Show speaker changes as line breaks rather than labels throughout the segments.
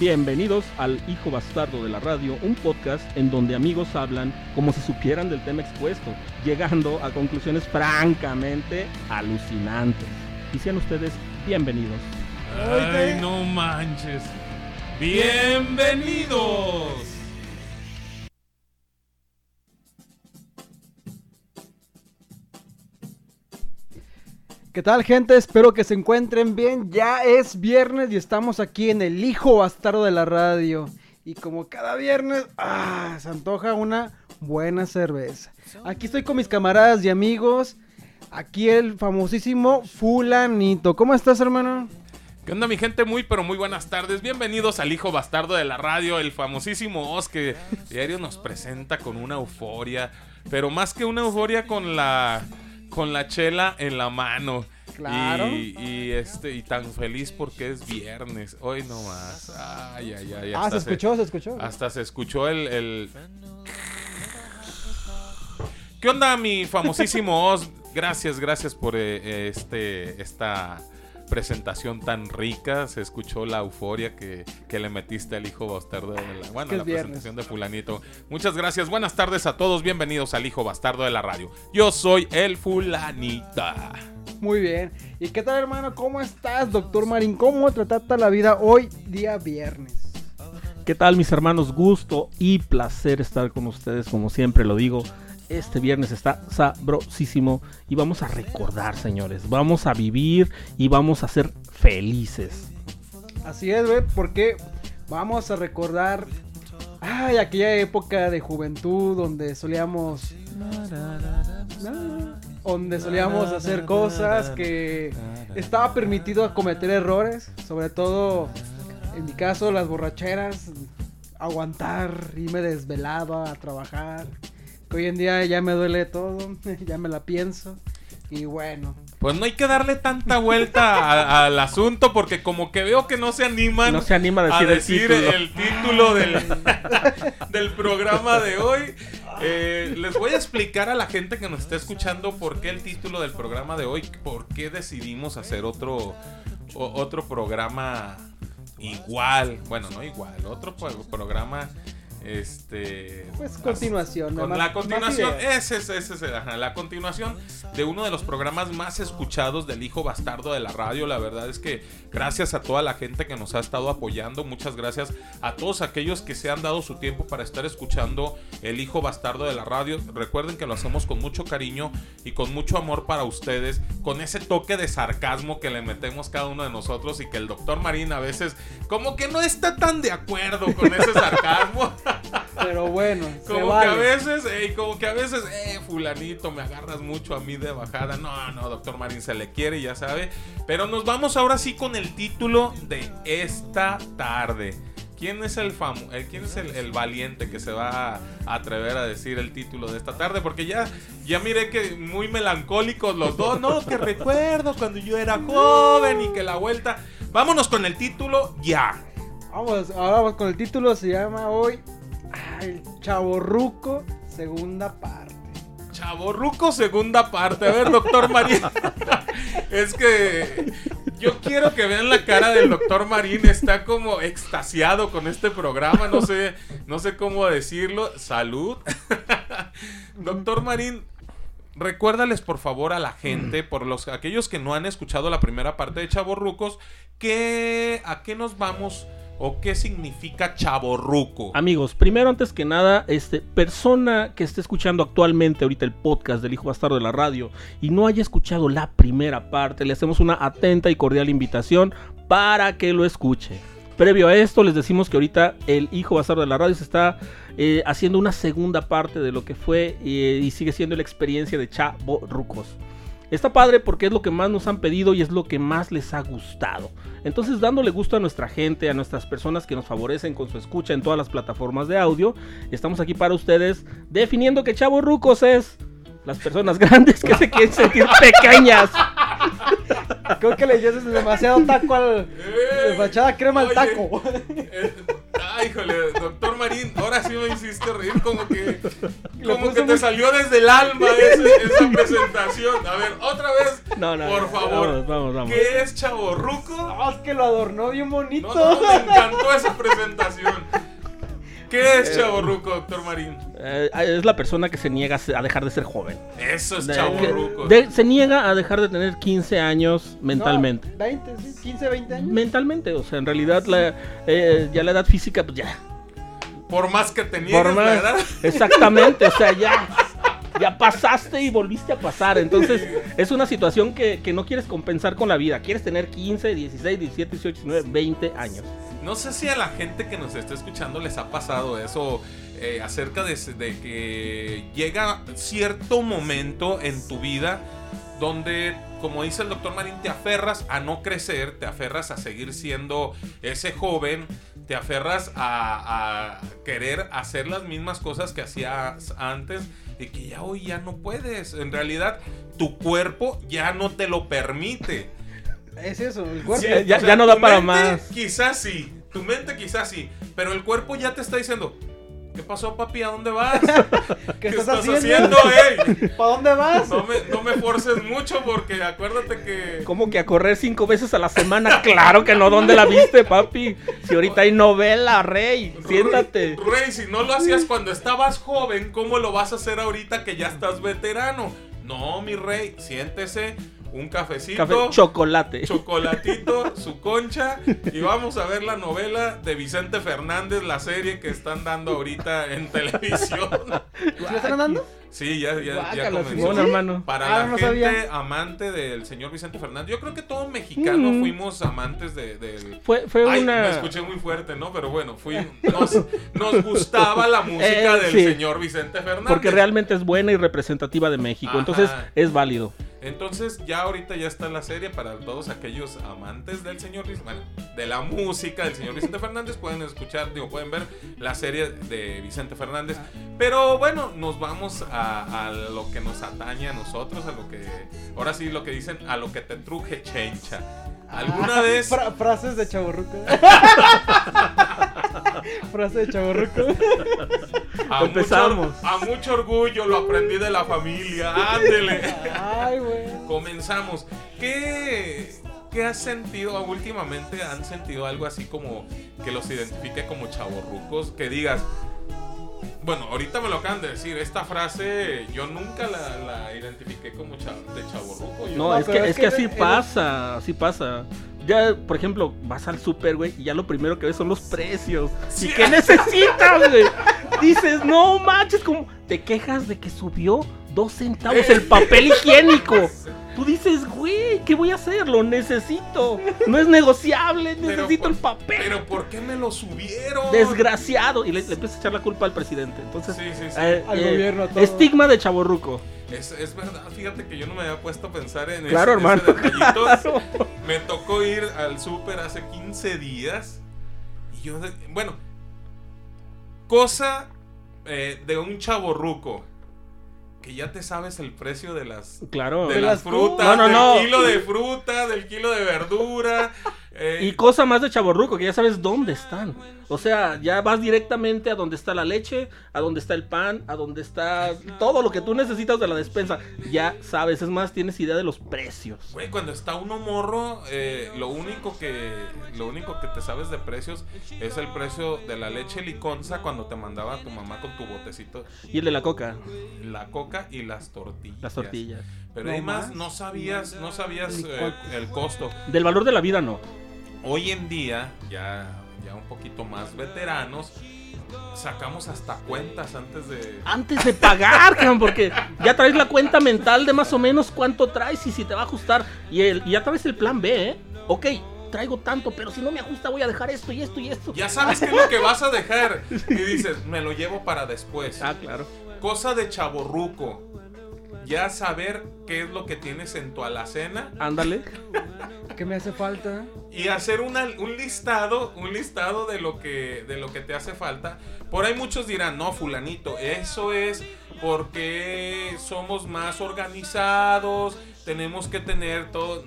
Bienvenidos al Hijo Bastardo de la Radio, un podcast en donde amigos hablan como si supieran del tema expuesto, llegando a conclusiones francamente alucinantes. Y sean ustedes bienvenidos.
Ay, no manches. Bienvenidos.
¿Qué tal gente? Espero que se encuentren bien. Ya es viernes y estamos aquí en el hijo bastardo de la radio. Y como cada viernes, ah, se antoja una buena cerveza. Aquí estoy con mis camaradas y amigos. Aquí el famosísimo fulanito. ¿Cómo estás, hermano?
¿Qué onda mi gente? Muy pero muy buenas tardes. Bienvenidos al hijo bastardo de la radio, el famosísimo Oz que diario nos presenta con una euforia, pero más que una euforia con la con la chela en la mano.
Claro.
Y, y, este y tan feliz porque es viernes. Hoy nomás. Ay, ay, ay.
Ah, se
hasta
escuchó, se escuchó.
hasta se escuchó el, el- ¿Qué onda, mi famosísimo Oz? Gracias, gracias por eh, eh, este, esta presentación tan rica. Se escuchó la euforia que, que le metiste al hijo bastardo de la, bueno,
que es
la
viernes.
presentación de fulanito. Muchas gracias, buenas tardes a todos. Bienvenidos al hijo bastardo de la radio. Yo soy el fulanita.
Muy bien. ¿Y qué tal, hermano? ¿Cómo estás, doctor Marín? ¿Cómo te trata la vida hoy, día viernes?
¿Qué tal mis hermanos? Gusto y placer estar con ustedes, como siempre lo digo. Este viernes está sabrosísimo y vamos a recordar, señores. Vamos a vivir y vamos a ser felices.
Así es, güey, porque vamos a recordar ay, aquella época de juventud donde solíamos donde solíamos hacer cosas que estaba permitido cometer errores, sobre todo en mi caso las borracheras, aguantar, irme desvelado a trabajar, que hoy en día ya me duele todo, ya me la pienso y bueno,
Pues no hay que darle tanta vuelta a- al asunto porque como que veo que no se animan.
No se anima a
a
decir,
decir
el título.
el título del, del programa de hoy. Eh, les voy a explicar a la gente que nos está escuchando por qué el título del programa de hoy, por qué decidimos hacer otro, o- otro programa igual, bueno, no igual, otro pro- programa este
pues continuación.
con
más-
la
más
continuación, eh.
ideas.
ese es, ese es, ajá, la continuación de uno de los programas más escuchados del hijo bastardo de la radio. La verdad es que gracias a toda la gente que nos ha estado apoyando, muchas gracias a todos aquellos que se han dado su tiempo para estar escuchando el hijo bastardo de la radio. Recuerden que lo hacemos con mucho cariño y con mucho amor para ustedes, con ese toque de sarcasmo que le metemos cada uno de nosotros y que el doctor Marín a veces como que no está tan de acuerdo con ese sarcasmo.
Pero bueno, se
Como que
vale.
a veces, ey, como que a veces, eh, fulanito, me agarras mucho a mí de bajada. No, no, doctor Marín se le quiere, ya sabe. Pero nos vamos ahora sí con el título de esta tarde. ¿Quién es el famo, eh, quién es el, el valiente que se va a atrever a decir el título de esta tarde? Porque ya, ya miré que muy melancólicos los dos, ¿no? Que recuerdo cuando yo era joven y que la vuelta. Vámonos con el título ya.
Vamos, ahora vamos con el título, se llama hoy ah, El Chaborruco, segunda parte.
Chaborruco, segunda parte. A ver, doctor Marín. es que yo quiero que vean la cara del doctor Marín. Está como extasiado con este programa. No sé, no sé cómo decirlo. Salud. doctor Marín. Recuérdales por favor a la gente, por los aquellos que no han escuchado la primera parte de Chaborrucos, que a qué nos vamos o qué significa Chaborruco.
Amigos, primero antes que nada, este persona que esté escuchando actualmente ahorita el podcast del Hijo Bastardo de la radio y no haya escuchado la primera parte, le hacemos una atenta y cordial invitación para que lo escuche. Previo a esto, les decimos que ahorita el Hijo Bastardo de la radio se está eh, haciendo una segunda parte de lo que fue eh, y sigue siendo la experiencia de Chavo Rucos. Está padre porque es lo que más nos han pedido y es lo que más les ha gustado. Entonces, dándole gusto a nuestra gente, a nuestras personas que nos favorecen con su escucha en todas las plataformas de audio, estamos aquí para ustedes definiendo que chavos rucos es las personas grandes que se quieren sentir pequeñas.
Creo que le dices demasiado taco al.
Eh,
Demasiada crema al
oye.
taco.
Eh, Ay, híjole, doctor Marín, ahora sí me hiciste reír como que,
Le
como
puse
que te
muy-
salió desde el alma ese- esa presentación. A ver, otra vez,
No, no,
por
no,
favor.
vamos, vamos, vamos.
¿Qué es chaborruco?
No, es que lo adornó bien bonito.
No, no, me encantó esa presentación. ¿Qué es chaborruco, doctor Marín?
Eh, es la persona que se niega a dejar de ser joven.
Eso es
De-
chaborruco.
de- se niega a dejar de tener 15 años mentalmente.
No, 20, sí, 15, 20 años.
Mentalmente, o sea, en realidad la, eh, ya la edad física, pues ya.
Por más que te niegues,
Por más-
¿verdad?
Exactamente, o sea, ya. Ya pasaste y volviste a pasar. Entonces, es una situación que, que no quieres compensar con la vida. Quieres tener 15, 16, 17, 18, 19, 20 años.
No sé si a la gente que nos está escuchando les ha pasado eso eh, acerca de, de que llega cierto momento en tu vida donde, como dice el doctor Marín, te aferras a no crecer, te aferras a seguir siendo ese joven, te aferras a, a querer hacer las mismas cosas que hacías antes y que ya hoy ya no puedes. En realidad, tu cuerpo ya no te lo permite.
Es eso, el cuerpo.
Sí,
Eh, ya-
o sea,
ya no da
tu
para
mente
más.
Quizás sí, tu mente quizás sí, pero el cuerpo ya te está diciendo, ¿qué pasó papi? ¿A dónde vas?
¿Qué estás, haciendo?
haciendo, ey?
¿Para dónde vas?
No me, no me forces mucho porque acuérdate que...
Como que a correr cinco veces a la semana. Claro que no, ¿dónde la viste, papi? Si ahorita hay novela, rey, siéntate.
Rey, si no lo hacías cuando estabas joven, ¿cómo lo vas a hacer ahorita que ya estás veterano? No, mi rey, siéntese, un cafecito.
Café, chocolate.
chocolatito, su concha y vamos a ver la novela de Vicente Fernández, la serie que están dando ahorita en televisión.
¿Sí ¿Lo están andando?
Sí, ya, ya, ya
Guácala,
comenzó.
Simón, hermano.
Para
Ah,
la
no
gente
sabía.
amante del señor Vicente Fernández, yo creo que todos mexicanos
Mm.
fuimos amantes de, del...
Fue, fue
Ay,
una.
me escuché muy fuerte, ¿no? Pero bueno, fui, nos, nos gustaba la música
Eh,
del
sí.
señor Vicente Fernández.
Porque realmente es buena y representativa de México.
Ajá.
Entonces es válido.
Entonces ya ahorita ya está la serie para todos aquellos amantes del señor Vic- bueno, de la música del señor Vicente Fernández pueden escuchar, digo, pueden ver la serie de Vicente Fernández. Pero bueno, nos vamos a, a lo que nos atañe a nosotros, a lo que ahora sí lo que dicen, a lo que te truje chencha. ¿Alguna
Ah,
vez
fra- frases de chaborruco. Frase de chaborruco.
a mucho,
empezamos.
a mucho orgullo lo aprendí de la familia? Ándele.
Ay, güey.
Comenzamos. ¿Qué, qué has sentido ah, últimamente? ¿Han sentido algo así como que los identifique como chavorrucos? Que digas, bueno, ahorita me lo acaban de decir, esta frase yo nunca la, la identifiqué como cha- de chavorruco. Yo-
No,
No,
es, que,
pero
es,
es
que,
que
así
eres-
pasa, así pasa. Ya, por ejemplo, vas al super, güey, y ya lo primero que ves son los precios.
Sí.
¿Y qué necesitas, güey? Dices, no manches, como te quejas de que subió dos centavos el papel higiénico. Tú dices, güey, ¿qué voy a hacer? Lo necesito. No es negociable,
Pero
necesito
por-
el papel.
Pero ¿por qué me lo subieron?
Desgraciado. Y le, le empiezas a echar la culpa al presidente. Entonces,
Sí, sí, sí.
eh,
Al
eh,
gobierno, a todo.
estigma de chaborruco.
Es, es verdad, fíjate que yo no me había puesto a pensar en
Claro,
ese-
hermano.
ese detallito.
Claro.
Me tocó ir al súper hace 15 días. Y yo, de- bueno, cosa eh, de un chaborruco. Que ya te sabes el precio de las,
Claro.
de
De
las
las
frutas,
cosas. No, no, no.
del kilo de fruta, del kilo de verdura. eh,
Y cosa más de chaborruco, que ya sabes dónde están. O sea, ya vas directamente a donde está la leche, a donde está el pan, a donde está todo lo que tú necesitas de la despensa. Ya sabes, es más, tienes idea de los precios.
Güey, cuando está uno morro, eh, lo único que lo único que te sabes de precios es el precio de la leche liconza cuando te mandaba tu mamá con tu botecito,
Y el de la coca,
la coca y las tortillas.
las tortillas.
Pero
No
además
más.
no sabías, no sabías eh, el costo.
Del valor de la vida, no.
Hoy en día, ya, ya un poquito más veteranos, sacamos hasta cuentas antes de.
Antes de pagar, cabrón, porque ya traes la cuenta mental de más o menos cuánto traes y si te va a ajustar. Y, el, y ya traes el plan B, ¿eh? Ok, traigo tanto, pero si no me ajusta voy a dejar esto y esto y esto.
Ya sabes que es lo que vas a dejar. Y dices, me lo llevo para después.
Ah, claro.
Cosa de chaborruco. ya saber qué es lo que tienes en tu alacena
Ándale.
¿Qué me hace falta?
y hacer una- un listado, un listado de lo que de lo que te hace falta. Por ahí muchos dirán, "No, fulanito, eso es porque somos más organizados, tenemos que tener todo."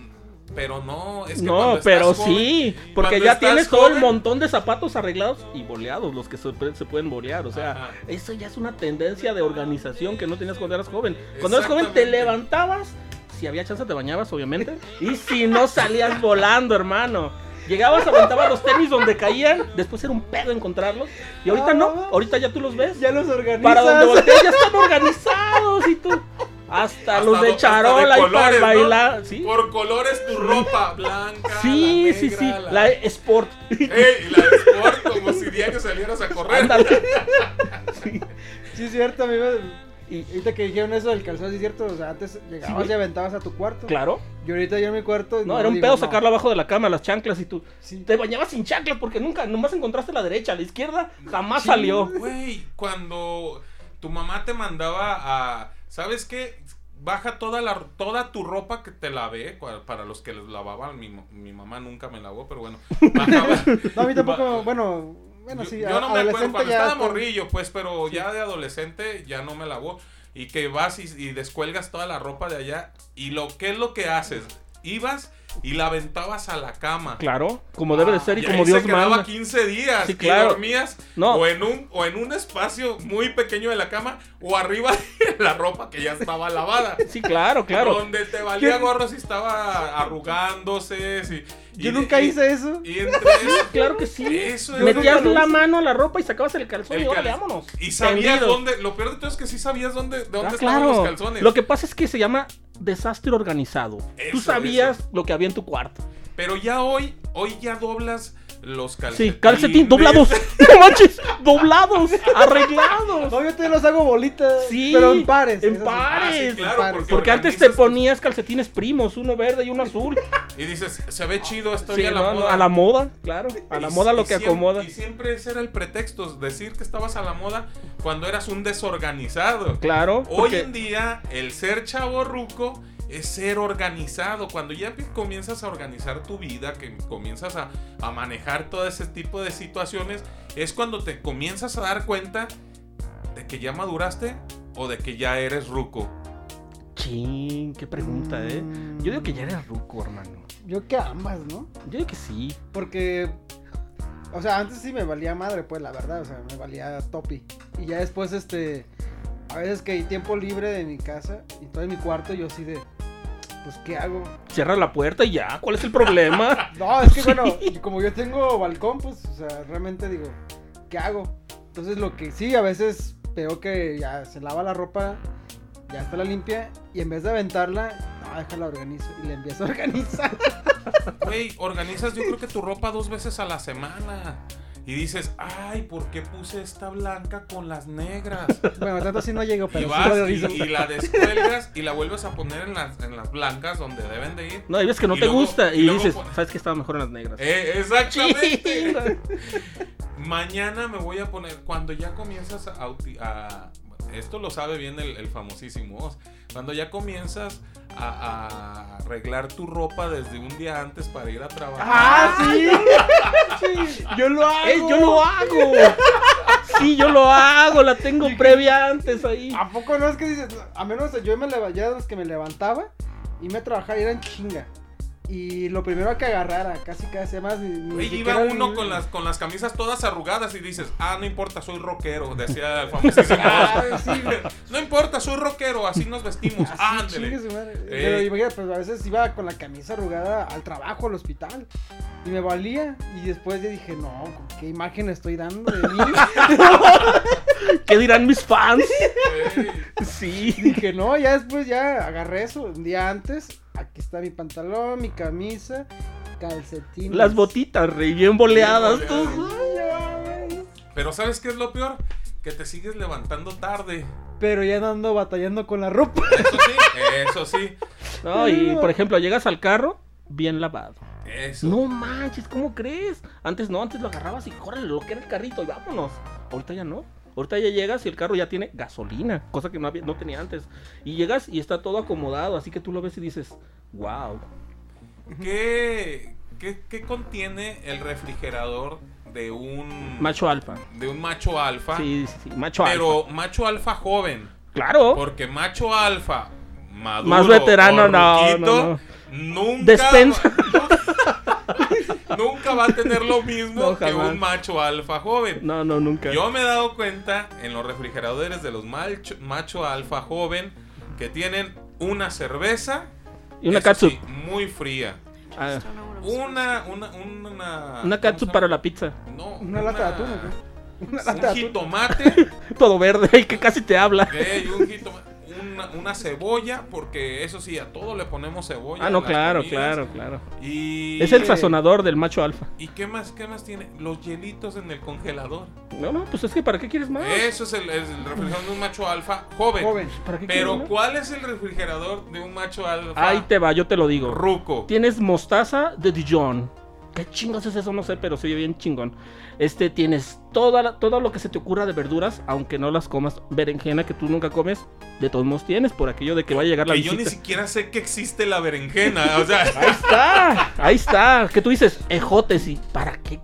Pero no, es que cuando
no,
estás
pero
joven-
sí, porque
cuando
ya
estás
tienes todo el
joven-
montón de zapatos arreglados y boleados, los que se, pre- se pueden bolear. O sea,
Ajá.
eso ya es una tendencia de organización que no tenías cuando eras joven. Cuando eras joven te
Exactamente.
levantabas, si había chance te bañabas, obviamente, y si no salías volando, hermano. Llegabas, aventabas los tenis donde caían, después era un pedo encontrarlos. Y ahorita no,
Ah.
ahorita ya tú los ves.
Ya los organizas.
Para donde volteas ya están organizados y tú. Hasta,
Hasta
los
do-
de
hasta
charola
de
y para
colores, ¿no?
bailar. Sí,
Por colores tu ropa blanca.
sí,
la
sí,
negra,
sí.
la-
La Sport.
Ey, y la de sport, como si diario salieras a correr.
Ándale.
Sí, es cierto, amigo. Y ahorita que dijeron eso del calzado, sí es cierto. O sea, antes llegabas
Sí.
y aventabas a tu cuarto.
Claro.
Y ahorita yo en mi cuarto.
No, era un
digo,
pedo
no.
sacarlo abajo de la cama, las chanclas y tú.
Sí.
Te bañabas sin chanclas porque nunca, nomás encontraste la derecha, la izquierda jamás salió.
Güey, cuando tu mamá te mandaba a. ¿Sabes qué? Baja toda la toda tu ropa que te lavé. cua- Para los que les lavaban, mi, ma- mi mamá nunca me lavó, pero bueno. bajaba-
No, a mí
Ba-
tampoco. Bueno, bueno,
yo,
sí.
yo
a-
no me acuerdo,
adolescente
cuando
ya
estaba
después-
morrillo, pues, pero ya de adolescente ya no me lavó. Y que vas y, y descuelgas toda la ropa de allá. ¿Y lo qué es lo que haces? Ibas y la aventabas a la cama.
Claro, como debe de ser y
Y
como
Ah, ahí
Dios
se quedaba
manda.
15 días
Sí,
y
claro.
dormías
No.
o, en un, o en un espacio muy pequeño de la cama o arriba de la ropa que ya estaba lavada.
Sí, claro, claro.
Donde te valía
Yo-
gorro si estaba arrugándose. Si, y-
Yo nunca
y-
hice eso.
Y entre eso-
Claro que sí.
Eso es-
Metías
nunca lo
la
hice.
mano a la ropa y sacabas el calzón
el
y órale,
calzón.
vámonos.
Y sabías
Tendidos.
dónde. Lo peor de todo es que sí sabías dónde, de dónde
Ah,
estaban
claro.
los calzones.
Lo que pasa es que se llama desastre organizado.
Eso,
Tú sabías lo que había en tu cuarto.
Pero ya hoy, hoy ya doblas los calcetines.
Sí, calcetín doblados. No manches, doblados, arreglados.
No, yo te los hago bolitas.
Sí,
Pero en pares.
en
eso sí.
pares.
Ah, sí, claro,
Pares.
porque,
Porque antes te
organizas-
ponías calcetines primos, uno verde y uno azul.
Y dices, se ve chido, estoy
Sí,
a la
no, no,
moda.
a la moda, claro. A la
Y-
moda
y
lo que
siempre-
acomoda.
Y siempre ese era el pretexto, decir que estabas a la moda cuando eras un desorganizado.
Claro.
Hoy en día, el ser chaborruco es ser organizado. Cuando ya pi- comienzas a organizar tu vida, que comienzas a, a manejar todo ese tipo de situaciones, es cuando te comienzas a dar cuenta de que ya maduraste o de que ya eres ruco.
Chin, qué pregunta, eh. Yo digo que ya eres ruco, hermano.
Yo que ambas, ¿no?
Yo digo que sí.
Porque. O sea, antes sí me valía madre, pues, la verdad. O sea, me valía topi. Y ya después, este. A veces que hay tiempo libre de mi casa. Y todo en mi cuarto, yo sí de. Pues, ¿qué hago?
Cierra la puerta y ya. ¿Cuál es el problema?
No, es que bueno, como yo tengo balcón, pues, o sea, realmente digo, ¿qué hago? Entonces, lo que sí, a veces veo que ya se lava la ropa, ya está la limpia, y en vez de aventarla, no, déjala organizo, y la empiezo a organizar.
Güey, organizas yo creo que tu ropa dos veces a la semana. Y dices, ay, ¿por qué puse esta blanca con las negras?
Bueno, tanto así no llego,
Y
pero sí la
vas y,
organizo.
y la descuelgas y la vuelves a poner en las, en las blancas donde deben de ir.
No, y ves que no
Y
te
luego-
gusta.
y
Y,
luego
dices,
pon-
¿sabes que estaba mejor en las negras?
Eh, exactamente.
Chin.
Mañana me voy a poner, cuando ya comienzas a... uti- a- esto lo sabe bien el, el famosísimo Oz. Cuando ya comienzas a, a arreglar tu ropa desde un día antes para ir a trabajar.
¡Ah, sí! Sí, ¡Yo lo hago!
¡Eh, yo lo hago! Sí, yo lo hago, la tengo previa antes ahí.
¿A poco no es que dices? A menos yo me leva- ya de los que me levantaba y me a trabajar y eran chinga. Y lo primero que agarrara, casi casi además ni, ni
Güey, iba
siquiera
uno
ni-
con las, con las camisas todas arrugadas y dices, ah, no importa, soy rockero, decía el famosísimo.
Ah, sí, güey.
no importa, soy rockero, así nos vestimos.
Así, chingue
Ah, Ándele.
su madre.
Eh.
Pero imagínate, pues a veces iba con la camisa arrugada al trabajo, al hospital. Y me valía. Y después yo dije, no, ¿qué imagen estoy dando de mí?
¿Qué dirán mis fans?
Ey.
Sí.
dije, no, ya después ya agarré eso. Un día antes, aquí está mi pantalón, mi camisa, calcetines.
Las botitas, rey, bien boleadas.
Bien
tú.
boleadas.
Ay, ya, güey.
Pero ¿sabes qué es lo peor? Que te sigues levantando tarde.
Pero ya no ando batallando con la ropa.
Eso sí, eso sí.
No, y por ejemplo, llegas al carro bien lavado.
Eso.
No manches, ¿cómo crees? Antes no, antes lo agarrabas y córrele lo que era el carrito y vámonos. Ahorita ya no. Ahorita ya llegas y el carro ya tiene gasolina, cosa que no, había- no tenía antes. Y llegas y está todo acomodado, así que tú lo ves y dices, wow.
¿Qué, qué, qué contiene el refrigerador de un
Macho alfa.
de un macho alfa?
Sí, sí, sí, macho alfa.
Ah. pero macho alfa joven.
Claro.
Porque macho alfa maduro,
¿Oh? Más veterano,
o
no,
ruquito,
no,
nunca
Despensa.
va- nunca va a tener lo mismo
No,
que
jamás.
un macho alfa joven.
No, no, nunca.
Yo me he dado cuenta en los refrigeradores de los macho, macho alfa joven que tienen una cerveza
y una
eso
catsup.
sí, muy fría.
Ah,
Una, una, una.
una catsup para la pizza.
No,
Una lata de atún, ¿o Una lata de
Un
atún.
jitomate.
Todo verde y que casi te habla.
ey, un jitomate, Una, una cebolla, porque eso sí, a todo le ponemos cebolla.
Ah,
a
no,
las
claro,
comidas.
claro, claro.
Y.
Es el sazonador del macho alfa.
¿Y qué más, qué más tiene? Los hielitos en el congelador.
No, no, pues es que ¿para qué quieres más?
Eso es el, es el refrigerador de un macho alfa joven.
Joven.
¿Para qué quieres
Pero,
más?
¿cuál es el refrigerador de un macho alfa
Ahí te va, yo te lo digo.
ruco?
Tienes mostaza de Dijon. ¿Qué chingos es eso? No sé, pero se oye bien chingón. Este, tienes toda la- todo lo que se te ocurra de verduras, aunque no las comas. Berenjena que tú nunca comes, de todos modos tienes, por aquello de que va a llegar la
Que yo
visita.
ni siquiera sé que existe la berenjena. O sea,
Ahí está, ahí está. Que tú dices, ejotes, ¿y para qué?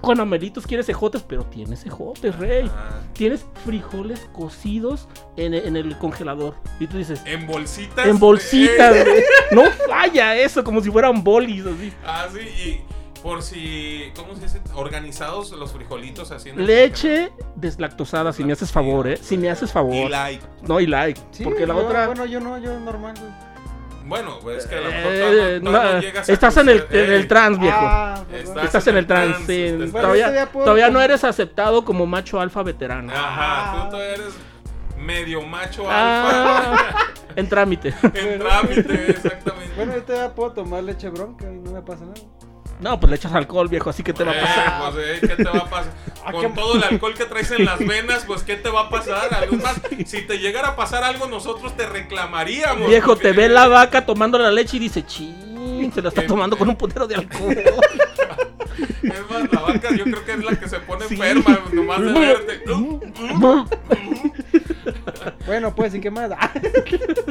Con amelitos quieres ejotes, pero tienes ejotes, rey.
Ah.
Tienes frijoles cocidos en, en el congelador. Y tú dices,
En bolsitas.
en bolsitas,
Eh,
güey. No falla eso, como si fueran bolis, así.
ah, sí, y por si. ¿Cómo se dice? Organizados los frijolitos así en el
Leche deslactosada, si me haces favor, ¿eh? Si me haces
Y
favor.
like.
No, y like.
Sí,
porque la
yo-
otra...
Bueno, yo no, yo normal. güey.
Bueno, pues es que a lo mejor
Eh,
todavía no- todavía
no,
no llegas a
estás en el,
crecer.
en
Eh,
el trans, viejo.
Ah, perdón.
Está-
Estás en el trans, sí.
Bueno,
todavía,
este ya puedo-
todavía no eres aceptado como macho alfa veterano.
Ajá,
Ah.
tú todavía eres medio macho alfa.
Ah, en trámite.
En trámite, exactamente.
Bueno, ahorita ya puedo tomar leche bronca y no me pasa nada.
No, pues le echas alcohol, viejo, así que te va a
Eh,
pasar.
pues, eh, ¿qué te va a pasar?
Ah, qué-
Con todo el alcohol que traes en las venas, pues ¿qué te va a pasar? Algo más, si te llegara a pasar algo, nosotros te reclamaríamos.
Viejo, te
porque-
ve la vaca tomando la leche y dice, ching, se la
Em,
está tomando con un putero de alcohol.
Es más, la vaca yo creo que es la que se pone
Sí.
enferma, nomás de verte.
Bueno, pues, ¿y qué más? Ah,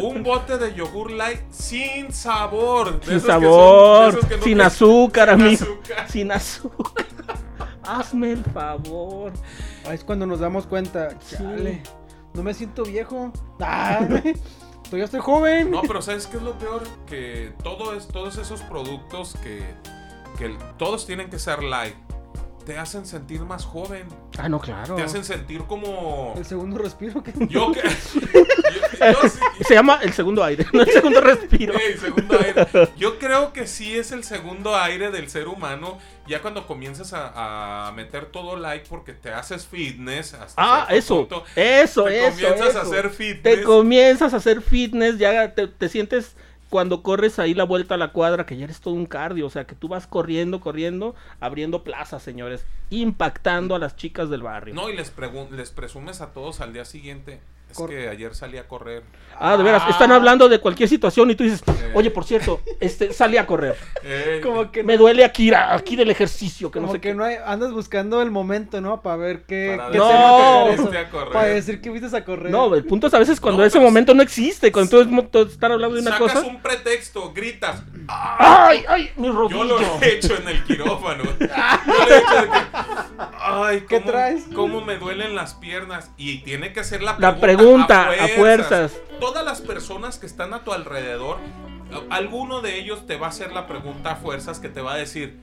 Un bote de yogur light sin sabor. de
Sin
esos que son- de
sabor,
esos que no
sin
te-
azúcar,
sin
amigo.
azúcar.
Sin azúcar. Hazme el favor.
es cuando nos damos cuenta.
Sí.
Chale, no me siento viejo. Ah, todavía estoy joven.
No, pero ¿sabes qué es lo peor? Que todo es, todos esos productos que, que el- todos tienen que ser light te hacen sentir más joven.
Ah, no, claro.
Te hacen sentir como.
El segundo respiro que.
Yo que. Yo, yo sí-
Se llama el segundo aire, no el segundo respiro.
Ey, segundo aire. Yo creo que sí es el segundo aire del ser humano. Ya cuando comienzas a, a meter todo like porque te haces fitness. hasta
Ah,
cierto
eso,
punto,
eso,
te
eso.
comienzas
eso.
a hacer fitness.
Te comienzas a hacer fitness, ya te, te sientes cuando corres ahí la vuelta a la cuadra, que ya eres todo un cardio, o sea, que tú vas corriendo, corriendo, abriendo plazas, señores, impactando a las chicas del barrio.
no, y les, pregun- les presumes a todos al día siguiente. Es
Cor-
que ayer salí a correr.
Ah, de veras,
Ah.
están hablando de cualquier situación y tú dices,
Eh.
oye, por cierto, este, salí a correr,
Ey,
Como que
me duele aquí, la- aquí del ejercicio, que
Como
no sé
que
qué.
no hay, andas buscando el momento, ¿no? Para ver qué,
Para
qué
ver
tema
No.
tener eso.
Fuiste a correr.
Para decir que fuiste a correr.
No, el punto es a veces cuando
No,
ese
pero-
momento no existe, cuando tú es mo- tú estar hablando de una
sacas
cosa.
un pretexto, gritas.
¡Ay, ay! Mi
Yo lo
rodillo.
he hecho en el quirófano. Yo lo he hecho de que, Ay,
¿Qué
¿cómo,
traes?
¿Cómo me duelen las piernas? Y tiene que ser la
La
pregunta.
pregunta, a fuerzas.
Todas las personas que están a tu alrededor, a- alguno de ellos te va a hacer la pregunta a fuerzas que te va a decir,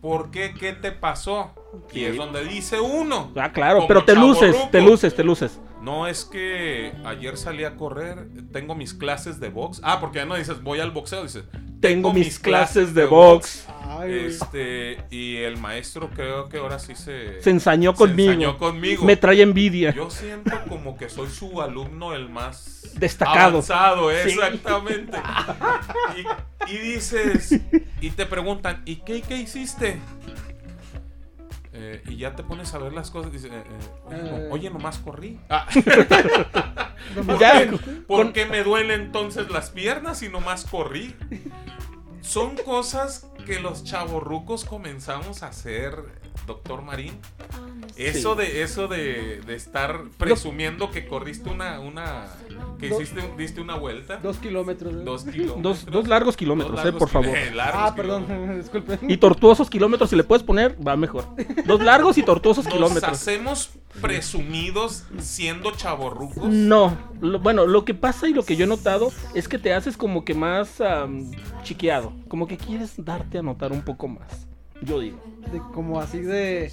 ¿por qué? ¿Qué te pasó? Y es donde dice uno.
Ah, claro,
como
pero te luces,
chavorruco.
te luces, te luces.
No, es que ayer salí a correr, tengo mis clases de box. Ah, porque ya no dices voy al boxeo, dices
Tengo mis clases de box.
Ay, güey.
Este, y el maestro creo que ahora sí se,
Se ensañó
se
conmigo.
ensañó conmigo.
Me trae envidia.
Yo siento como que soy su alumno el más
Destacado.
Avanzado,
Sí.
exactamente. Y, y dices, y te preguntan, ¿y qué, qué hiciste? Eh, y ya te pones a ver las cosas. Dice, eh, eh,
Eh.
oye, nomás corrí. Ah,
Nomás-
Ya,
¿Por
con-
qué me duelen entonces las piernas y nomás corrí? Son cosas que los chavorrucos comenzamos a hacer doctor Marín. Eso de, eso de, de estar presumiendo que corriste una, una, que
Dos-
hiciste, un- diste una vuelta, dos,
Dos kilómetros. ¿eh?
kilómetros.
Dos, dos largos kilómetros,
Dos
eh,
largos
por
kil-
favor.
eh, largos
Ah,
kilómetros.
perdón, disculpen.
Y tortuosos kilómetros, si le puedes poner, va mejor. Dos largos y tortuosos
Nos
Ah, kilómetros.
hacemos presumidos siendo chavorrucos.
No, lo- bueno, lo que pasa y lo que yo he notado es que te haces como que más am, chiqueado, como que quieres darte a notar un poco más. Yo digo.
De- como así de.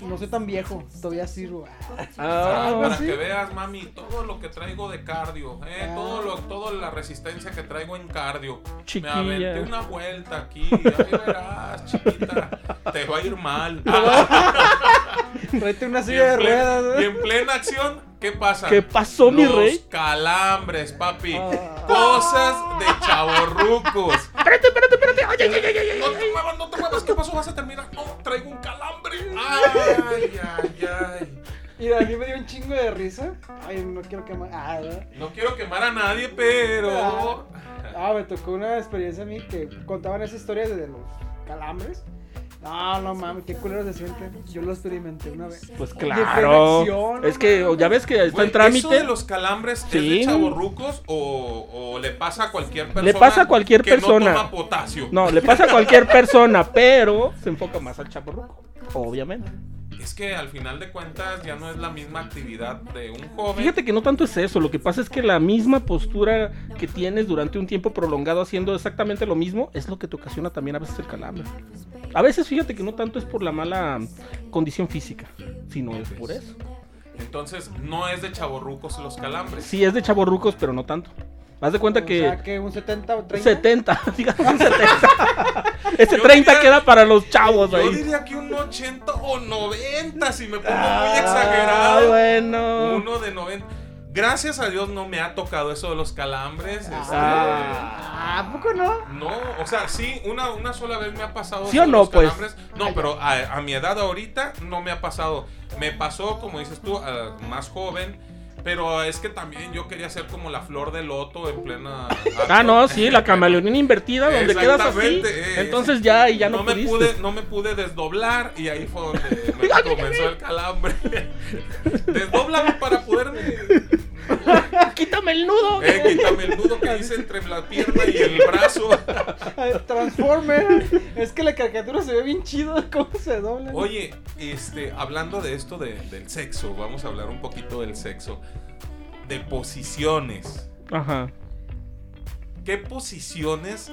No soy tan viejo, todavía sirvo.
Ah,
Para, para
¿sí?
que veas, mami, todo lo que traigo de cardio, eh,
Ah.
todo lo, toda la resistencia que traigo en cardio.
Chiquilla.
Me aventé una vuelta aquí, ahí verás, chiquita, te va a ir mal. Ah,
Rete una
y,
silla de
en plena,
ruedas.
y
¿eh?
en plena acción, ¿qué pasa?
¿Qué pasó, mi
Los
rey?
calambres, papi.
Ah.
Cosas de chavorrucos.
Espérate, espérate, espérate. Ay, ay, ay, ay, ay.
No te muevas, no te muevas. ¿Qué pasó? Vas a terminar. No, traigo un calambre. Ay, ay, ay.
Mira, a mí me dio un chingo de risa. Ay, no quiero que. ma- Ah, ¿verdad?
No quiero quemar a nadie, pero.
Ah, me tocó una experiencia a mí que contaban esa historia de los calambres. No, no mames, qué culeros se sienten. Yo lo experimenté una vez.
Pues
Oye,
claro.
flexión,
Es que
no
ya ves que está
Güey,
en
¿Eso
trámite.
de los calambres es
Sí.
de chavorrucos o, o le pasa a cualquier persona?
pasa a cualquier
que
persona.
No toma potasio.
No, le pasa a cualquier persona, pero se enfoca más al chaporruco, obviamente.
Es que al final de cuentas ya no es la misma actividad de un joven.
Fíjate que no tanto es eso, lo que pasa es que la misma postura que tienes durante un tiempo prolongado haciendo exactamente lo mismo es lo que te ocasiona también a veces el calambre. A veces fíjate que no tanto es por la mala condición física, sino es por eso.
Entonces no es de chavorrucos los calambres.
Sí, es de chaborrucos, pero no tanto. Haz de cuenta
O
que
sea, que un 70 o 30.
70, digamos un 70. Ese
Yo
30
diría-
queda para los chavos
Yo
ahí.
diría que un 80 o 90, si me pongo muy
Ah,
exagerado.
bueno.
Uno de 90. Gracias a Dios no me ha tocado eso de los calambres. este,
Ah, ¿a poco no?
No, o sea, sí, una, una sola vez me ha pasado.
¿Sí o
eso de
no,
los
pues?
calambres. No, pero a, a mi edad ahorita no me ha pasado. Me pasó, como dices tú, a- más joven. Pero es que también yo quería ser como la flor de loto en plena.
Ah, no, sí, la camaleonina invertida, donde quedas así.
Exactamente, eh,
Entonces ya, y ya no,
me
pudiste.
pude, no me pude desdoblar y ahí fue donde me comenzó el calambre. Desdóblame para poderme.
Quítame el nudo.
Eh, quítame el nudo que hice entre la pierna y el brazo.
Ay, Transformer. es que la caricatura se ve bien chido. ¿Cómo se dobla?
Oye, este, hablando de esto de- del sexo, vamos a hablar un poquito del sexo. De posiciones.
Ajá.
¿Qué posiciones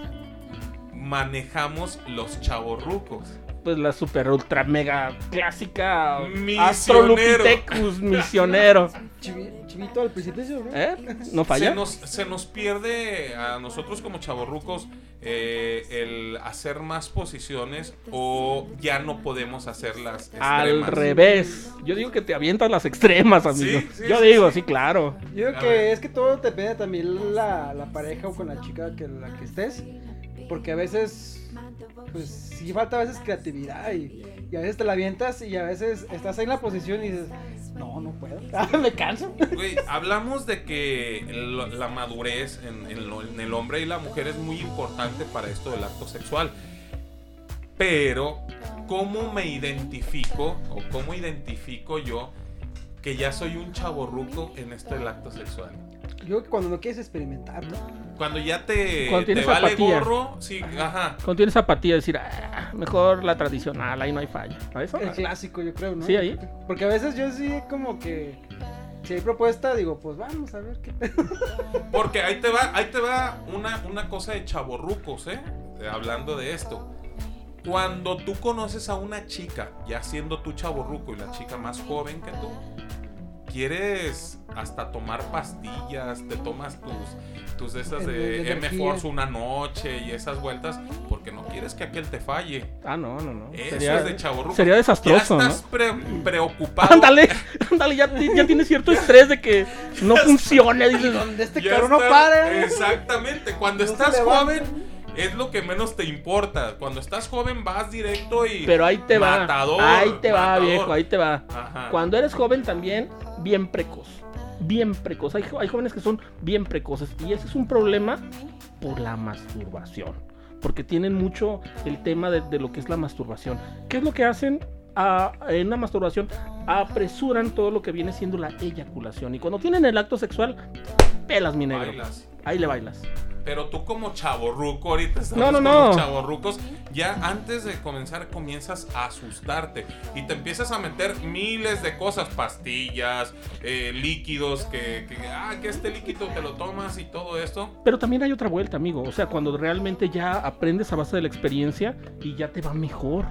manejamos los chavorrucos?
Pues la super ultra mega clásica
Misionero.
Astrolopithecus misionero.
Chivi- chivito al precipicio, ¿no?
¿Eh? ¿No falla?
Se nos, se nos pierde a nosotros como chavorrucos eh, el hacer más posiciones o ya no podemos hacerlas extremas.
Al revés. Yo digo que te avientas las extremas, amigo.
Sí, sí,
Yo
sí,
digo, sí, claro.
Yo
A
creo
ver.
que es que todo depende también la, la pareja o con la chica que la que estés. Porque a veces, pues sí falta a veces creatividad y, y a veces te la avientas y a veces estás ahí en la posición y dices, no, no puedo, me canso.
Güey, hablamos de que lo- la madurez en, en lo- en el hombre y la mujer es muy importante para esto del acto sexual. Pero, ¿cómo me identifico o cómo identifico yo que ya soy un chaborruco en esto del acto sexual?
Yo creo que cuando no quieres experimentar, ¿no?
Cuando ya te,
Cuando
te
tienes
vale
apatía.
gorro, sí, ajá.
Cuando tienes apatía, decir, "Ah, mejor la tradicional, ahí no hay falla. ¿A eso?
El clásico, yo creo, ¿no?
Sí, ahí.
Porque a veces yo sí como que, si hay propuesta, digo, pues vamos a ver qué pedo.
Porque ahí te va, ahí te va una, una cosa de chaborrucos, ¿eh? Eh, Hablando de esto. Cuando tú conoces a una chica, ya siendo tú chaborruco y la chica más joven que tú, quieres hasta tomar pastillas, te tomas tus, tus de esas
De- de- de
de
energía.
M-Force una noche y esas vueltas, porque no quieres que aquel te falle.
Ah, no, no, no.
Eso
Sería,
es de chaborruco.
sería desastroso,
ya
¿no?
estás pre- preocupado.
Ándale, ándale, ya, ti- ya tienes cierto estrés de que no funcione. Dices,
Donde este
Ya
cabrón no
está-
para.
Exactamente. Cuando
No se
estás
levanta.
joven, es lo que menos te importa. Cuando estás joven, vas directo y.
Pero ahí te va.
Matador,
ahí te va,
matador.
viejo, ahí te va.
Ajá.
Cuando eres joven también, bien precoz. Bien precoz. Hay, jo- hay jóvenes que son bien precoces. Y ese es un problema por la masturbación. Porque tienen mucho el tema de, de lo que es la masturbación. ¿Qué es lo que hacen a- en una masturbación apresuran todo lo que viene siendo la eyaculación. Y cuando tienen el acto sexual, pelas mi negro.
Bailas.
Ahí le bailas.
Pero tú como chaborruco, ahorita estamos
No, no,
con
no.
los chavorrucos, ya antes de comenzar comienzas a asustarte y te empiezas a meter miles de cosas, pastillas, eh, líquidos, que, que, ah, que este líquido te lo tomas y todo esto.
Pero también hay otra vuelta, amigo. O sea, cuando realmente ya aprendes a base de la experiencia y ya te va mejor.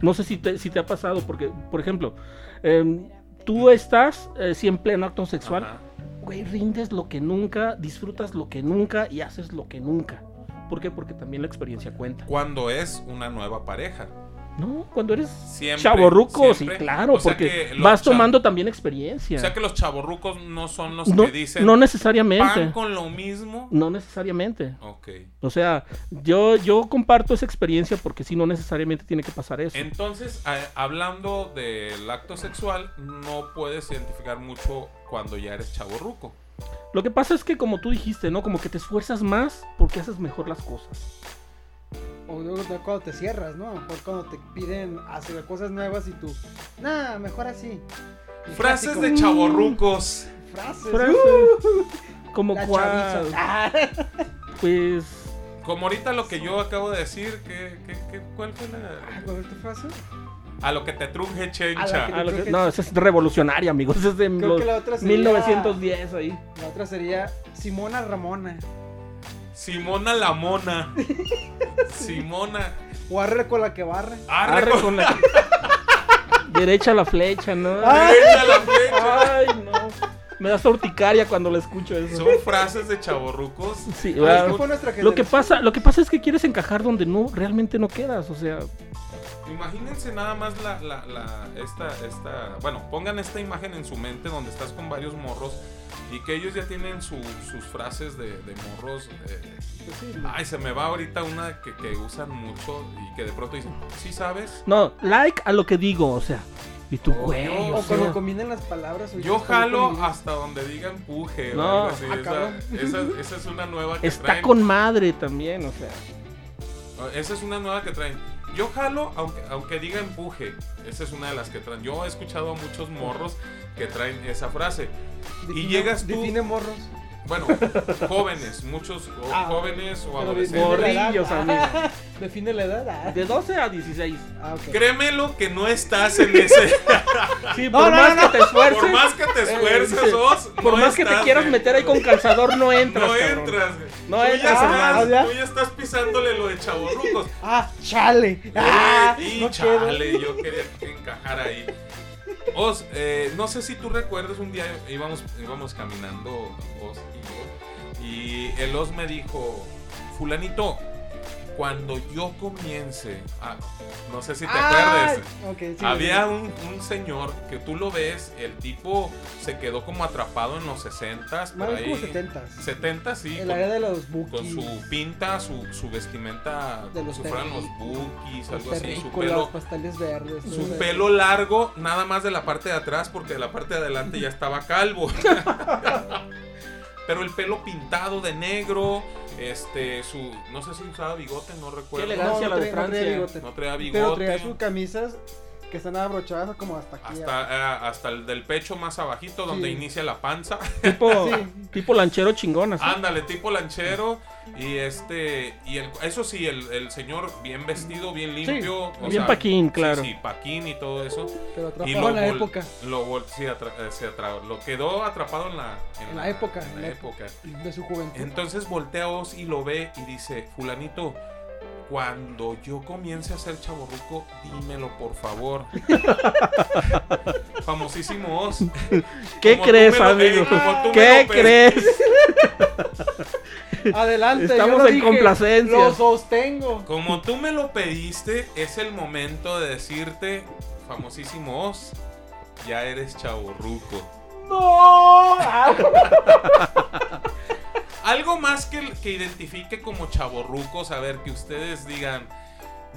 No sé si te, si te ha pasado, porque, por ejemplo, em, tú estás eh, sí en pleno acto sexual,
Ajá.
güey, rindes lo que nunca, disfrutas lo que nunca y haces lo que nunca. ¿Por qué? Porque también la experiencia cuenta.
Cuando es una nueva pareja.
No, cuando eres
Siempre.
chaborruco, sí,
siempre.
claro,
O sea
porque
que los
vas
cha-
tomando también experiencia.
O sea que los chaborrucos no son los
no,
que dicen
no
pan
necesariamente.
con lo mismo.
No necesariamente.
Ok.
O sea, yo, yo comparto esa experiencia porque si no necesariamente tiene que pasar eso.
Entonces, a- hablando del acto sexual, no puedes identificar mucho cuando ya eres chaborruco.
Lo que pasa es que como tú dijiste, ¿no? Como que te esfuerzas más porque haces mejor las cosas.
O luego te- cuando te cierras, ¿no? A lo mejor cuando te piden hacer cosas nuevas y tú, nah, mejor así. Y
Frases
casi
de
como-
chaborrucos.
Frases.
Pero
uh,
eso- como
la
cual,
chaviza. Ah,
pues
Como ahorita lo que yo acabo de decir, ¿qué, qué, qué, cuál fue la...?
¿Cuál es tu frase?
A lo que te truje,
A
chencha.
la
Ah, lo que-
creo que-
no, esa es revolucionaria, amigos. Esa es de
Creo
los
que la otra sería...
1910 ahí.
La otra sería Simona Ramona.
Simona la mona. Simona.
O arre con la que barre.
Arre,
Arre
con-
con la- derecha la flecha, ¿no?
Ah.
Derecha la flecha.
Ay, no. Me da sorticaria cuando lo escucho eso.
Son frases de chaborrucos.
Sí,
Ah, es
¿verdad?
que fue nuestra
Lo que
generación.
pasa, lo que pasa es que quieres encajar donde no realmente no quedas, o sea,
Imagínense nada más la, la- la- esta, esta, bueno, pongan esta imagen en su mente donde estás con varios morros y que ellos ya tienen su- sus frases de, de morros. eh,
Pues sí,
ay, se me va ahorita una que, que usan mucho y que de pronto dicen, ¿sí sabes?
no, like a lo que digo, o sea, y tú
Oh,
güey,
Dios.
o
O
sea,
cuando combinan las palabras. o
Yo
cuando
jalo
combinan-
hasta donde digan puje o
No.
algo así.
Ah, cabrón.
Esa, esa- esa es una nueva que
está
traen. Ah,
con madre también, o sea,
Esa es una nueva que traen. Yo jalo, aunque, aunque diga empuje. Esa es una de las que traen. Yo he escuchado a muchos morros que traen esa frase.
define-
llegas tú-
Define morros.
Bueno, jóvenes, muchos o
Ah,
jóvenes o
Pero
adolescentes.
define la edad.
morrillos, amigo.
Define la edad. ah.
De 12 a 16.
Ah, ok.
Créemelo que no estás en ese.
Sí,
No, no,
por más
no,
que
no.
te esfuerces,
Por más que te
Eh, sí.
esfuerces, vos.
por más que te quieras meter ahí con calzador no entras,
eh. No
cabrón.
entras, güey.
No
tú, ya
entras,
estás,
ah, ya.
tú ya estás pisándole lo de chavorrucos.
Ah, chale. Ah,
Eh, y
no
chale,
quedo.
yo quería encajar ahí. Os, eh, no sé si tú recuerdas, un día íbamos, íbamos caminando, Os y yo, y el Os me dijo, fulanito, cuando yo comience, a-" no sé si te
Ah,
acuerdas,
ok, sí,
había un, un señor que tú lo ves, el tipo se quedó como atrapado en los 60s, por
Más bien
ahí.
como 70.
70, sí.
En
con-
la era de los
con
bookies.
su pinta, su, su vestimenta,
De
como
los
si fueran los
terrícolas.
bookies,
Los
algo así, su
terrícolas, pues,
pelo,
pasteles verdes. todo
su
eso.
pelo largo, nada más de la parte de atrás, porque de la parte de adelante ya estaba calvo. Pero el pelo pintado de negro, este, su, no sé si usaba bigote, no recuerdo.
No, no
elegancia. Hacia la de
traía- no traía
Francia.
bigote.
No traía
Pero traía sus
bigote.
camisas que están abrochadas como hasta aquí.
Hasta, ah, hasta el del pecho más abajito, donde
Sí.
inicia la panza.
Tipo,
Sí.
tipo lanchero chingón, así.
Ándale, tipo lanchero. Y este, y el, eso sí, el, el señor bien vestido, bien limpio. o
bien paquín,
sí,
claro.
Sí, paquín y todo eso.
Pero
Y
atrapado en la
vol-
época.
Lo, vol- sí, atra- eh, se atra- lo quedó atrapado en la,
En la época,
en
en
la
la
época.
De su juventud.
Entonces voltea a Oz y lo ve y dice, fulanito, cuando yo comience a ser chaborruco, dímelo por favor. Famosísimo Oz.
¿Qué
Como tú
crees,
me lo- eh,
amigo?
como tú me
¿Qué
lo pe-
crees?
Adelante.
Estamos
yo lo
en
dije,
complacencia.
Lo sostengo.
Como tú me lo pediste, es el momento de decirte, famosísimo Oz, ya eres chaborruco.
No.
Algo más que, que identifique como chaborrucos, a ver, que ustedes digan.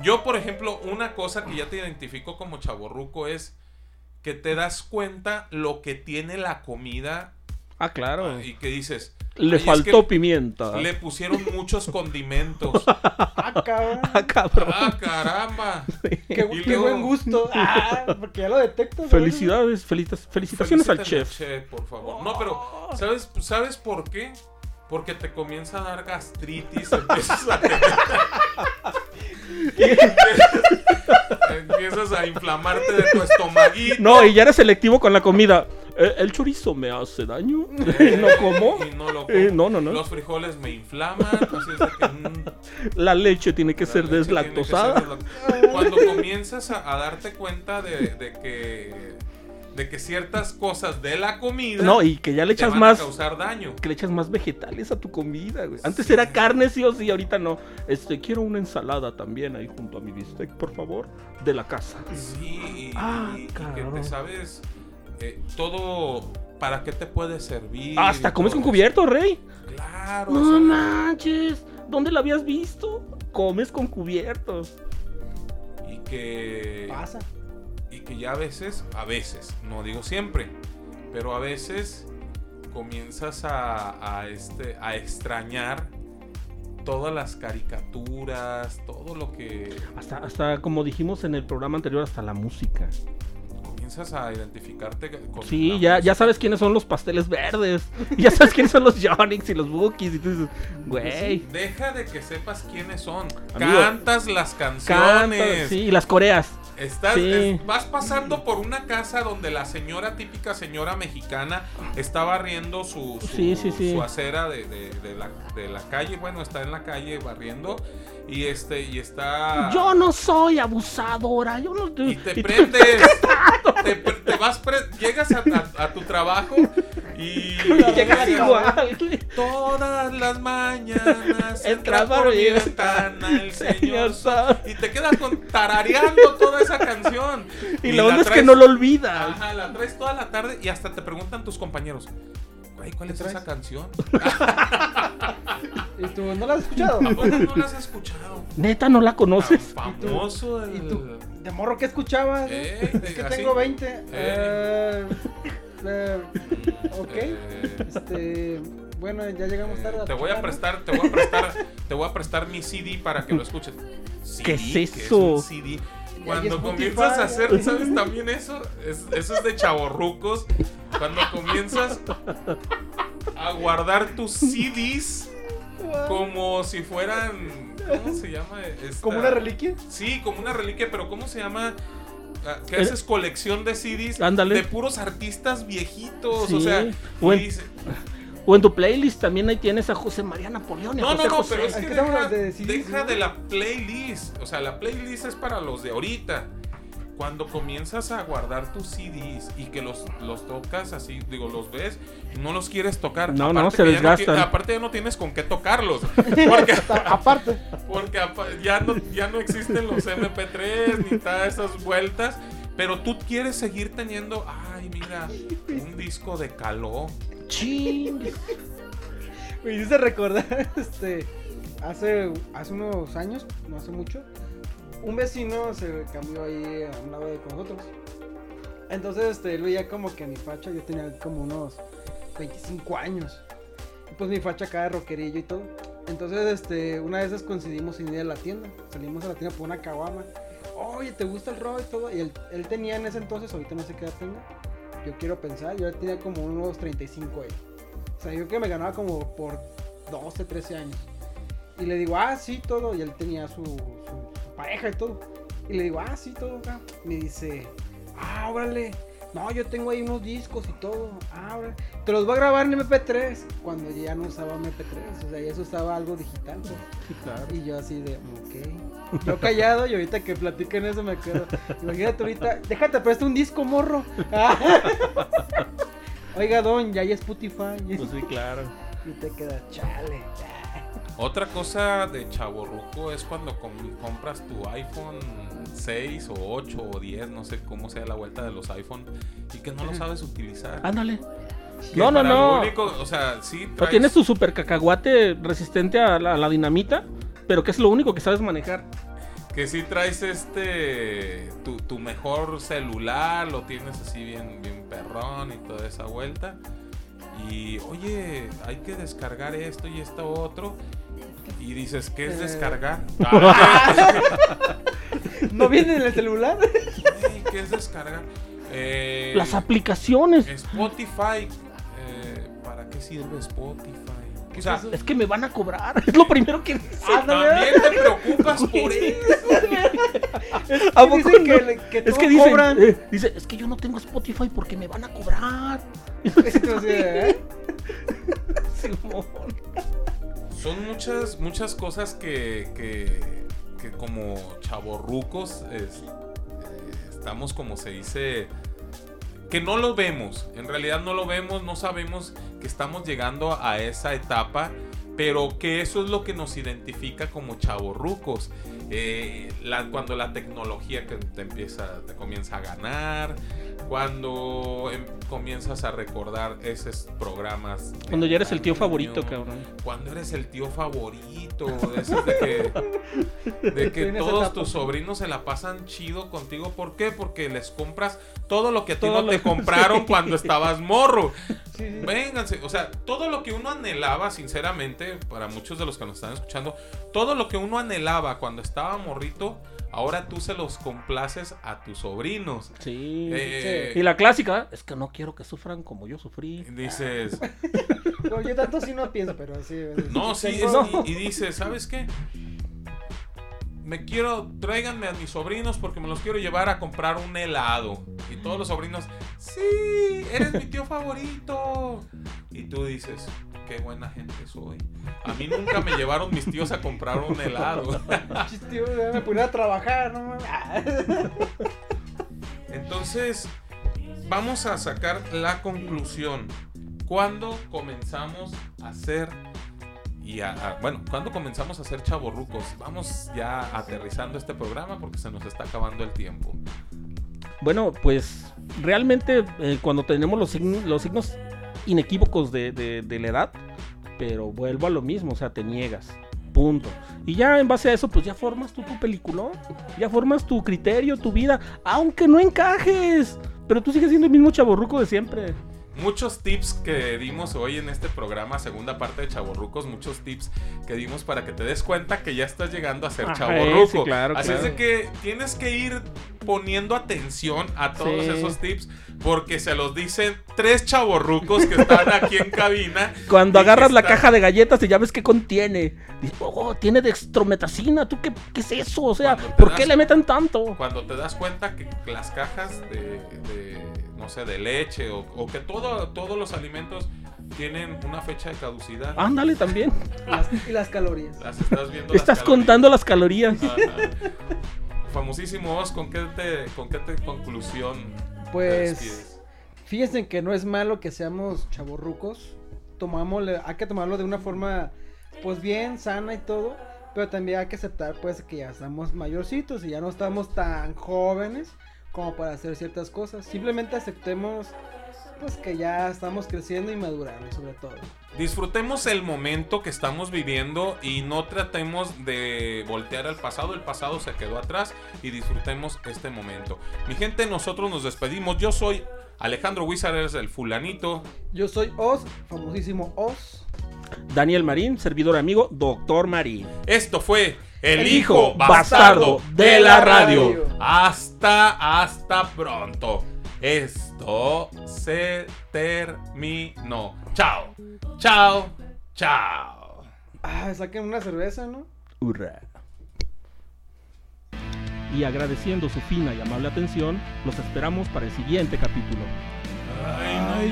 Yo, por ejemplo, una cosa que ya te identifico como chaborruco es que te das cuenta lo que tiene la comida
Ah, claro.
y que dices,
Le
Ay, es
faltó
que
pimienta.
Le pusieron muchos condimentos.
Ah, cabrón.
Ah, cabrón.
¡Ah, caramba!
Qué,
Y
qué
luego-
buen gusto. Ah, porque ya lo detecto. ¿sabes?
Felicidades, felitas- felicitaciones al
Felicítame
chef.
por favor. No, pero ¿sabes, ¿sabes por qué? Porque te comienza a dar gastritis, empiezas a tener- empiezas a inflamarte de tu estomaguito.
No, y ya eres selectivo con la comida. Eh, ¿El chorizo me hace daño? ¿No como?
Eh, Y no lo
Eh, no,
como.
no, no.
Los frijoles me inflaman. así es de que, mm,
La leche tiene que ser
la leche tiene que ser
deslactosada.
deslactosada. Cuando comienzas a, a darte cuenta de, de que de que ciertas cosas de la comida
No, y que ya le
te
echas
van
más
a causar daño.
que le echas más vegetales a tu comida, güey. Antes era carne sí o sí, ahorita no. Este, quiero una ensalada también ahí junto a mi bistec, por favor, de la casa.
Sí, y-
Ah,
y, y que
cabrón.
te sabes eh, todo para qué te puede servir.
Ah, Hasta comes con
todo.
cubierto, rey.
Claro. o
No
sea,
manches, ¿dónde la habías visto? Comes con cubierto.
Y que,
Pasa.
y que ya a veces, a veces, no digo siempre, pero a veces comienzas a, a este, a extrañar todas las caricaturas, todo lo que
Hasta, hasta como dijimos en el programa anterior, hasta la música.
comienzas a identificarte con la
Sí, ya, ya sabes quiénes son los pasteles verdes. Ya sabes quiénes son los Yonix y los Bookies. Y tú dices, güey,
Deja de que sepas quiénes son.
Amigo,
cantas las
canta.
canciones.
Sí, y las coreas.
Estás,
Sí.
es- vas pasando por una casa donde la señora, típica señora mexicana, está barriendo su, su,
Sí, sí, sí.
su acera de, de- de la, de la calle. Bueno, está en la calle barriendo y este y está...
Yo no soy abusadora. Yo no.
Y te
y-
prendes. te, pre- te vas pre- llegas a, a- a tu trabajo y...
y llegas igual.
Todas las mañanas
El
entra
trabajo
por mi
llega-
ventana el
Señor
señor
Sam.
y te quedas con tarareando toda esa canción.
Y la onda es que
traes-
no lo olvidas.
Ajá, la traes toda la tarde y hasta te preguntan tus compañeros. Güey, ¿cuál es esa canción?
¿Y tú no lo has escuchado?
¿A poco Ah, no la has escuchado?
Neta, no la
Tan
conoces.
famoso
¿Y
el-
tú? ¿De morro qué escuchabas?
Eh,
es que
así.
tengo 20. Eh,
Eh.
eh, ok.
Eh,
Este. Bueno, ya llegamos tarde.
eh, te voy a
¿no?
prestar, te voy a prestar, te voy a prestar mi CD para que lo escuches.
¿Qué es
CD, que
eso?
un CD. Cuando comienzas a hacer, ¿sabes también eso? Es- eso es de chavorrucos. Cuando comienzas a guardar tus CDs como si fueran. ¿Cómo se llama? esta?
¿Como una reliquia?
Sí, como una reliquia, pero ¿cómo se llama? Ah, Que haces colección de CDs
Ándale.
de puros artistas viejitos. O
Sí.
sea,
O en-
y dice-
O en tu playlist también ahí tienes a José María Napoleón. y a
No, no,
José
no,
José.
pero es que
Es que estamos
deja,
de CDs,
deja
¿no?
de la playlist. O sea, la playlist es para los de ahorita. Cuando comienzas a guardar tus CDs y que los, los tocas así, digo, los ves, no los quieres tocar.
No, no,
Aparte
se
que ya ti-
desgastan.
aparte ya no tienes con qué tocarlos.
Hasta- aparte.
Porque apa- ya no, ya no existen los MP3 ni todas esas vueltas. Pero tú quieres seguir teniendo, ay, mira, un disco de caló.
Chin.
Me hiciste recordar, este, hace, hace unos años, no hace mucho, un vecino se cambió ahí a un lado de con nosotros. Entonces, este, él veía como que mi facha, yo tenía como unos 25 años. Y pues mi facha acá de rockerillo y todo. Entonces, este, una de esas coincidimos en ir a la tienda. Salimos a la tienda por una caguama. Oye, ¿te gusta el rock y todo? Y él, él tenía en ese entonces, ahorita no sé qué edad tenga. Yo quiero pensar, yo tenía como unos 35 ahí. O sea, yo creo que me ganaba como por 12, 13 años. Y le digo, ah, sí, todo. Y él tenía su, su- su pareja y todo. Y le digo, ah, sí, todo acá. Me dice, ah, órale. No, yo tengo ahí unos discos y todo. Ah, órale. Te los voy a grabar en MP3. Cuando ya no usaba MP3. O sea, ya se usaba algo digital. pues. Y yo así de, ok. Yo callado y ahorita que platiquen eso me quedo. Imagínate ahorita, déjate presto un disco, morro. Oiga, don, ya hay Spotify.
Pues sí, claro.
Y te queda chale.
Otra cosa de chaborruco es cuando com- compras tu iPhone 6 o 8 o 10, no sé cómo sea la vuelta de los iPhone, y que no lo sabes utilizar.
Ándale.
Que
Ah, No, no,
para lo
no.
único- o sea, sí
O
traes-
tienes tu super cacahuate resistente a la, a la dinamita, pero que es lo único que sabes manejar.
que sí traes este tu, tu mejor celular, lo tienes así bien bien perrón y toda esa vuelta. Y y oye, hay que descargar esto y esto otro. Y dices, ¿qué es
Eh.
descargar? Ah,
¿No viene en el celular?
sí, ¿Qué es descargar? Eh,
Las aplicaciones.
Spotify. eh, ¿Para qué sirve Spotify? O sea, ah,
Es que me van a cobrar. Es lo primero que dice.
también te preocupas por eso.
¿A
Sí,
poco
dicen
no?
que le- que
es
todo
que dicen,
cobran.
eh, dice, es que yo no tengo Spotify porque me van a cobrar.
Entonces, ¿eh?
Simón.
Son muchas, muchas cosas que, que, que como chavorrucos es- eh, estamos como se dice que no lo vemos, en realidad no lo vemos, no sabemos que estamos llegando a esa etapa, pero que eso es lo que nos identifica como chavorrucos. Eh, la- cuando la tecnología que te empieza, te comienza a ganar, cuando em- comienzas a recordar esos programas. de
Cuando ya eres el tío
antaño
favorito, cabrón.
cuando eres el tío favorito, de esos de que, de que
En esa
todos
etapa.
tus sobrinos se la pasan chido contigo. ¿Por qué? Porque les compras todo lo que a ti
Todo
no
lo-
te compraron
sí.
cuando estabas morro.
Sí, sí.
Vénganse, o sea, todo lo que uno anhelaba, sinceramente, para muchos de los que nos están escuchando, todo lo que uno anhelaba cuando estaba morrito, ahora tú se los complaces a tus sobrinos.
Sí.
Eh,
y la clásica, es que no quiero que sufran como yo sufrí.
Dices,
Bueno, yo tanto sí no pienso, pero sí.
No, sí, es-
tengo-
y, y dice, ¿sabes qué? Me quiero, tráiganme a mis sobrinos porque me los quiero llevar a comprar un helado. Y todos los sobrinos, sí, eres mi tío favorito. Y tú dices, qué buena gente soy. A mí nunca me llevaron mis tíos a comprar un helado.
Chis, tío, ya me ponía a trabajar, no mames. Ah,
Entonces, vamos a sacar la conclusión. ¿Cuándo comenzamos a ser y a, a- bueno, cuándo comenzamos a ser chavorrucos? Vamos ya aterrizando este programa porque se nos está acabando el tiempo.
Bueno, pues realmente eh, cuando tenemos los, sign- los signos inequívocos de, de- de la edad, pero vuelvo a lo mismo, o sea, te niegas. Punto. Y ya en base a eso, pues ya formas tú tu película, ya formas tu criterio, tu vida, aunque no encajes, pero tú sigues siendo el mismo chaborruco de siempre.
Muchos tips que dimos hoy en este programa, segunda parte de Chavorrucos, muchos tips que dimos para que te des cuenta que ya estás llegando a ser
Ajá,
chavorruco.
sí, claro,
Así es
claro.
de que tienes que ir poniendo atención a todos
Sí.
esos tips porque se los dicen tres chavorrucos que están aquí en cabina.
Cuando
Y que
agarras la
están-
caja de galletas y ya ves qué contiene. Dices, oh, tiene dextrometacina, ¿tú qué, qué es eso? O sea,
Cuando te
¿por
das-
qué le metan tanto?
Cuando te das cuenta que las cajas de, de, no sé, de leche o, o que todo, todos los alimentos tienen una fecha de caducidad.
Ándale también.
las- y las calorías.
Las estás viendo. las
Estás
calorías.
contando las calorías.
Ajá. Ah, Famosísimo Oz, ¿con qué, te, ¿con qué te conclusión te
Pues
despides?
fíjense que no es malo que seamos chavorrucos. Tomamos, hay que tomarlo de una forma pues bien sana y todo, pero también hay que aceptar pues que ya estamos mayorcitos y ya no estamos tan jóvenes como para hacer ciertas cosas. Simplemente aceptemos pues que ya estamos creciendo y madurando sobre todo.
Disfrutemos el momento que estamos viviendo y no tratemos de voltear al pasado. El pasado se quedó atrás y disfrutemos este momento. Mi gente, nosotros nos despedimos. Yo soy Alejandro Wizard, eres el fulanito.
Yo soy Oz, famosísimo Oz.
Daniel Marín, servidor amigo, doctor Marín.
Esto fue El,
El
Hijo
Hijo
Bastardo,
Bastardo
de la radio.
Radio.
Hasta, hasta pronto. Esto se terminó. Chao, chao, chao.
Ah, saquen una cerveza, ¿no?
Hurra. Y agradeciendo su fina y amable atención, los esperamos para el siguiente capítulo.
Ay,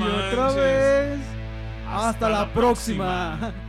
Ay, otra vez. Hasta, la próxima.